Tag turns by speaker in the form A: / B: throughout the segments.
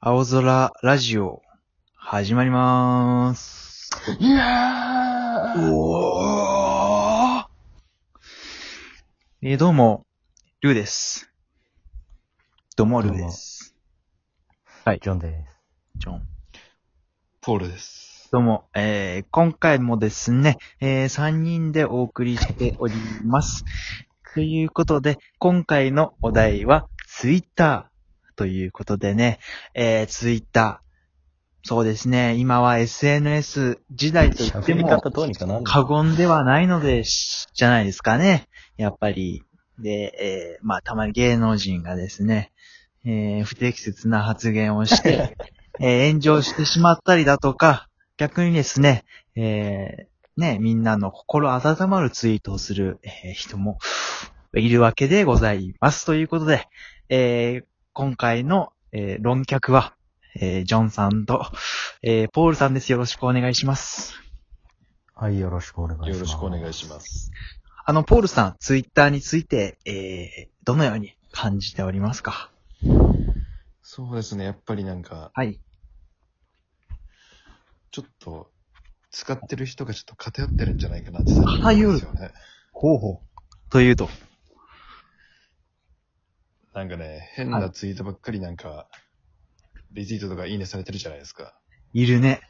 A: 青空ラジオ、始まりまーす。
B: いやー
A: おーえーどうも、ルーです。どうも、ルーです。
C: はい。ジョンです。
A: ジョン。
B: ポールです。
A: どうも、えー、今回もですね、えー、3人でお送りしております。ということで、今回のお題は、ツイッターということでね、えー、ツイッター。そうですね、今は SNS 時代と言って
C: 喋り
A: も
C: 方どうにかなん
A: 過
C: か
A: 言ではないのでし、じゃないですかね。やっぱり。で、えー、まあ、たまに芸能人がですね、えー、不適切な発言をして、 えー炎上してしまったりだとか、逆にですね、えーね、みんなの心温まるツイートをする、えー人もいるわけでございます。ということで、えー今回の、えー論客は、えージョンさんと、えーポールさんです。よろしくお願いします。
C: はい、よろしくお願いします。
B: よろしくお願いします。
A: あの、ポールさん、ツイッターについて、えーどのように感じておりますか
B: そうですね、やっぱりなんか、
A: はい。
B: ちょっと、使ってる人がちょっと偏ってるんじゃないかなって最近思うんですよね。
A: 候補というと。
B: なんかね、変なツイートばっかりなんか、リツイートとかいいねされてるじゃないですか。
A: いる ね。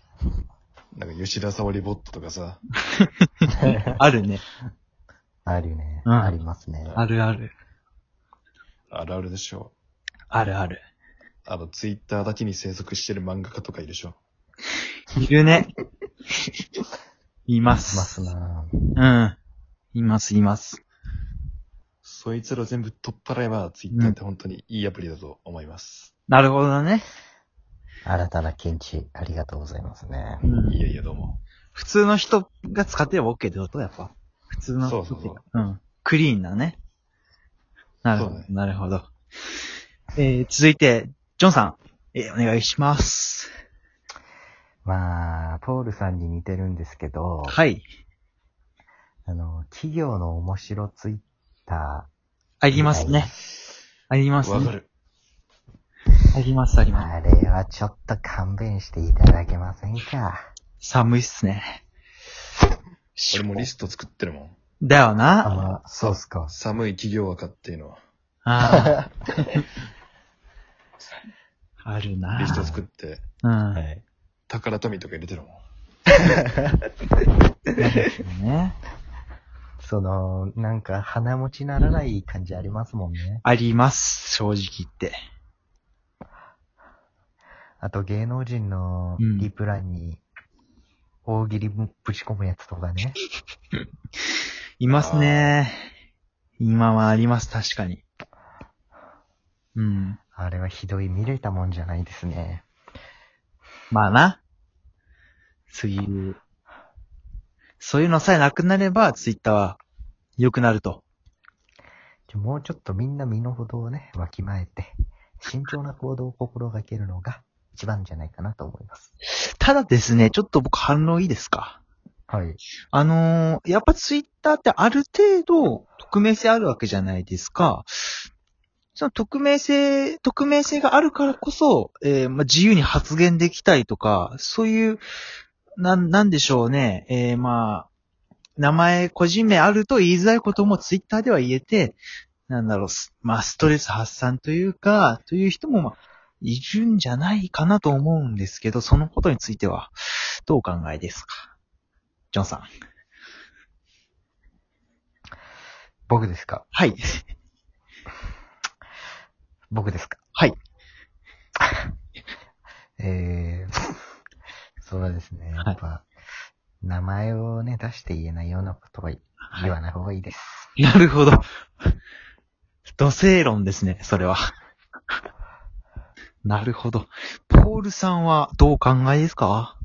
B: なんか吉田沙織ボットとかさ、
A: あるね。
C: あるね。
A: うん
C: ありますね。
A: あるある。
B: あるあるでしょ。
A: あるある。
B: あの、ツイッターだけに生息してる漫画家とかいるでしょ。
A: いるね。いま。
C: ますすな
A: うん。います、います。
B: そいつら全部取っ払えば、ツイッターって本当にいいアプリだと思います。
A: なるほどね。
C: 新たな見地、ありがとうございますね。
B: いやいや、どうも。
A: 普通の人が使ってれば OK ってことやっぱ。普通の人っていか
B: そうそう
A: うん。クリーンなね。なるほど、
B: そうね
A: なるほど。えー、続いて、ジョンさん。えー、お願いします。
C: まあ、ポールさんに似てるんですけど、
A: はい。
C: あの、企業の面白ツイッタ
A: ありますね。あります
B: わか
A: ね。
B: る。
A: あります、あり
C: ー、
A: ます。
C: あれはちょっと勘弁していただけませんか。
A: 寒いっすね。
B: 俺もリスト作ってるもん。
A: だよな。
C: あ、まあ、そうっすか。
B: 寒い企業はかっていうのは。
A: あ あ。あるな。
B: リスト作って、
A: うん。
C: い。
B: 宝富とか入れてるもん。
A: ね。
C: その、なんか鼻持ちならない感じありますもんね。
A: あります、正直言って。
C: あと芸能人の
A: うん
C: リプランに大喜利ぶぶち込むやつとかね。
A: いますね。今はあります、確かに。うん。
C: あれはひどい見れたもんじゃないですね。
A: まあな。そういう、そういうのさえなくなれば、ツイッターは良くなると。
C: ちょもうちょっとみんな身の程をね、わきまえて、慎重な行動を心がけるのが一番じゃないかなと思います。
A: ただですね、ちょっと僕反応いいですか
C: はい。
A: あのーやっぱツイッターってある程度、匿名性あるわけじゃないですか。その匿名性、匿名性があるからこそ、えーまあ、自由に発言できたりとか、そういう、なん、なんでしょうね。えーまあ、名前、個人名あると言いづらいこともツイッターでは言えて、なんだろう、すまあ、ストレス発散というか、という人も、まあ、いるんじゃないかなと思うんですけど、そのことについては、どうお考えですかジョンさん。
C: 僕ですか
A: はい。
C: 僕ですか
A: はい。
C: えー、 そうですね。やっぱ、名前をね、出して言えないようなことは言わない方がいいです。
A: なるほど。土星論ですね、それ は。なるほど。ポールさんはどうお考えですか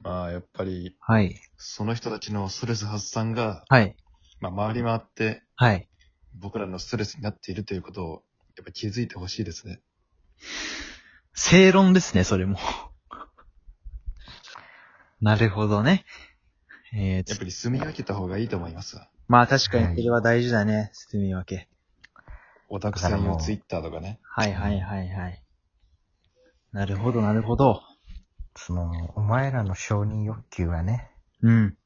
B: まあ、やっぱり、
A: はい。
B: その人たちのストレス発散が、
A: はい。
B: まあ、回り回って、
A: はい。
B: 僕らのストレスになっているということを、やっぱ気づいてほしいですね。
A: 正論ですね、それも。 なるほどね。えー
B: やっ
A: つ、
B: ぱり住み分けた方がいいと思います。
A: まあ確かにそれは大事だね、包み分け。
B: オタク専用ツイッターとかね。
A: はいはいはいはい。なるほどなるほど。
C: その、お前らの承認欲求はね、
A: うん。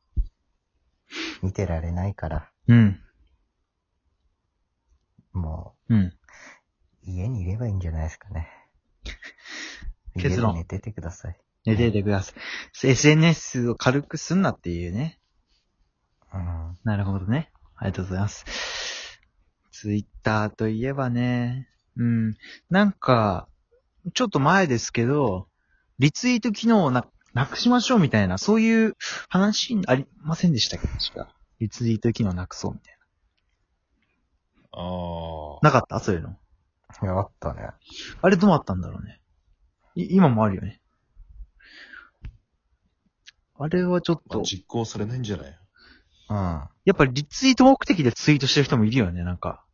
C: 見てられないから、
A: うん。
C: も
A: うん。
C: う、家にいればいいんじゃないですか ね。
A: 結論
C: 家で寝ててください。
A: 寝ててください。SNS を軽くすんなっていうね。
C: うん。
A: なるほどね。ありがとうございます。ツイッターといえばね、うん。なんか、ちょっと前ですけど、リツイート機能をななくしましょうみたいな、そういう話ありませんでしたっけ確か。リツイート機能なくそうみたい
B: ああ。
A: な。なかったそういうの。
C: いやあったね。
A: あれどうなったんだろうね。い今もあるよね。あれはちょっ
B: ま
A: と
B: あ、実行されないんじゃない
C: うん。
A: やっぱリツイート目的でツイートしてる人もいるよね、なんか。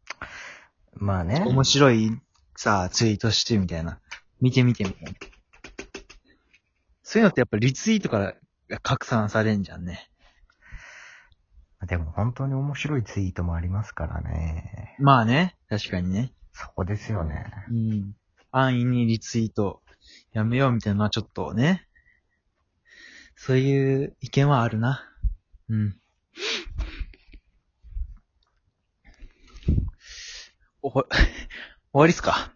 C: まあね。
A: 面白いさ、ツイートしてみたいな。見てみてみたいな。そういうのってやっぱリツイートから拡散されんじゃんね。
C: でも本当に面白いツイートもありますからね。
A: まあね、確かにね。
C: そこですよね。
A: うん。安易にリツイートやめようみたいなのはちょっとね。そういう意見はあるな。うん。おほ、終わりっすか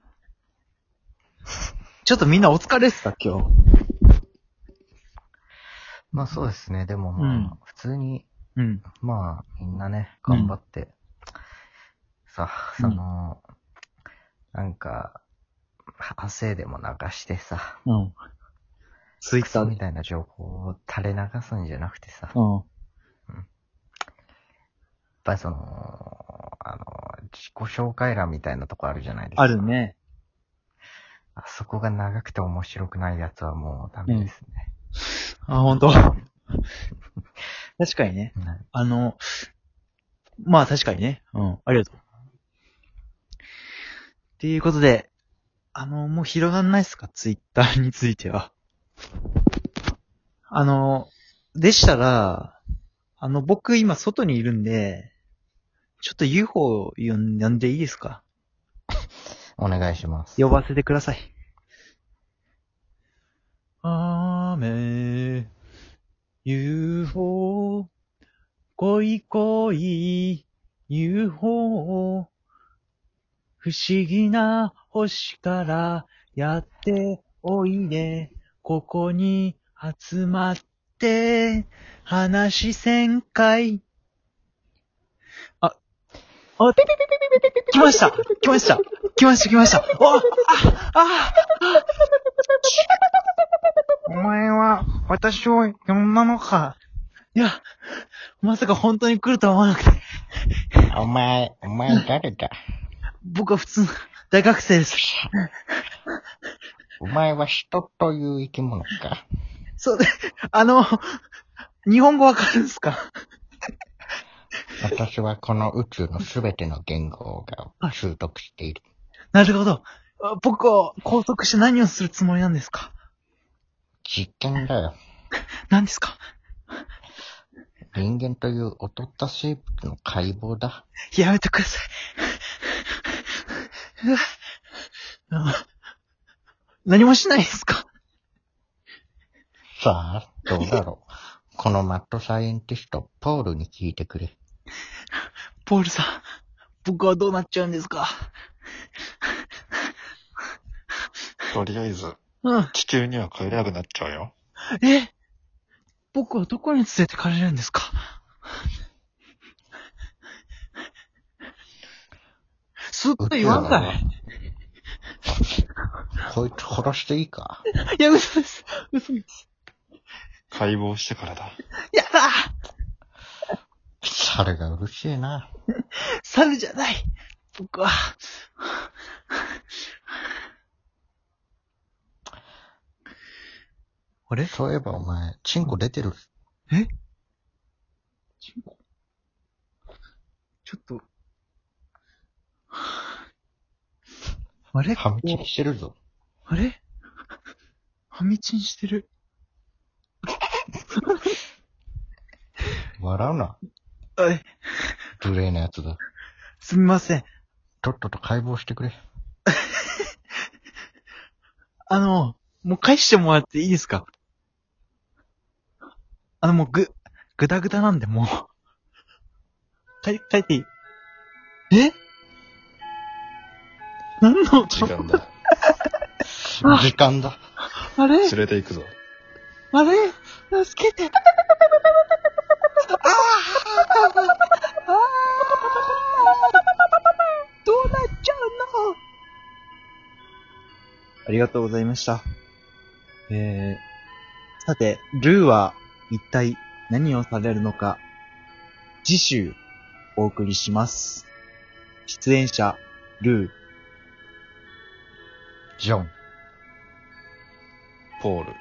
A: ちょっとみんなお疲れっすか今日。
C: まあそうですね。でも
A: うん
C: まあ、普通に、
A: うん。
C: まあみんなね、
A: うん
C: 頑張って、さ、
A: うん
C: その、なんか、汗でも流してさ、
A: うん。ツイ
C: クソみたいな情報を垂れ流すんじゃなくてさ、やっ
A: うん。
C: ぱりその、あの、自己紹介欄みたいなとこあるじゃないですか。
A: あるね。
C: あそこが長くて面白くないやつはもうダメですね。
A: あ、本 当確かにね。
C: はい
A: あの、まあ確かにね。うん。ありがとう。っていうことで、あの、もう広がんないっすかツイッターについては。あの、でしたら、あの、僕今外にいるんで、ちょっと UFO 呼ん呼んでいいですか
C: お願いします。
A: 呼ばせてください。雨、UFO、恋恋、UFO、不思議な星からやっておいで、ここに集まって、話旋回。あ、あ、来ました来ました来ました来ましたおああ
C: お前は、私を呼んだのか。
A: いや、まさか本当に来るとは思わなくて、
C: お前、お前誰 だ
A: 僕は普通の大学生です。
C: お前は人という生き物か。
A: そうで、あの、日本語わかるんですか
C: 私はこの宇宙のすべての言語が習得している。
A: なるほど。あ僕を拘束して何をするつもりなんですか
C: 実験だよ。
A: 何ですか
C: 人間という劣った生物の解剖だ。
A: やめてください。うわあ 何もしないですか
C: さあ、どうだろ う。このマッドサイエンティスト、ポールに聞いてくれ。
A: ポールさん、僕はどうなっちゃうんですか
B: とりあえず、
A: うん。
B: 地球には帰れなくなっちゃうよ。
A: え僕はどこに連れてかれるんですか すっと言わんかい。
C: こいつ殺していいか
A: いや、嘘です。嘘です。
B: 解剖してからだ。
A: やだ
C: 猿がうるせえな。
A: 猿じゃない僕は、あれ
C: そういえばお前、チンコ出てる。
A: ちょっと。あれ
C: はみチンしてるぞ。
A: あれはみちんしてる。
C: 笑うな。
A: あ
C: 無礼なやつだ。
A: すみません。
C: とっとと解剖してくれ。
A: あの、もう返してもらっていいですかあの、もうぐ、ぐだぐだなんで、もう。 書い、書いていいえ何の
B: 時
A: 音
B: 間だ。
C: 時間だ。
A: あれ
B: 連れて行くぞ。
A: あれ助けて。どうなっちゃうのありがとうございました。えー、さて、ルーは一体何をされるのか、次週お送りします。出演者、ルー、
C: ジョン。
B: ポール。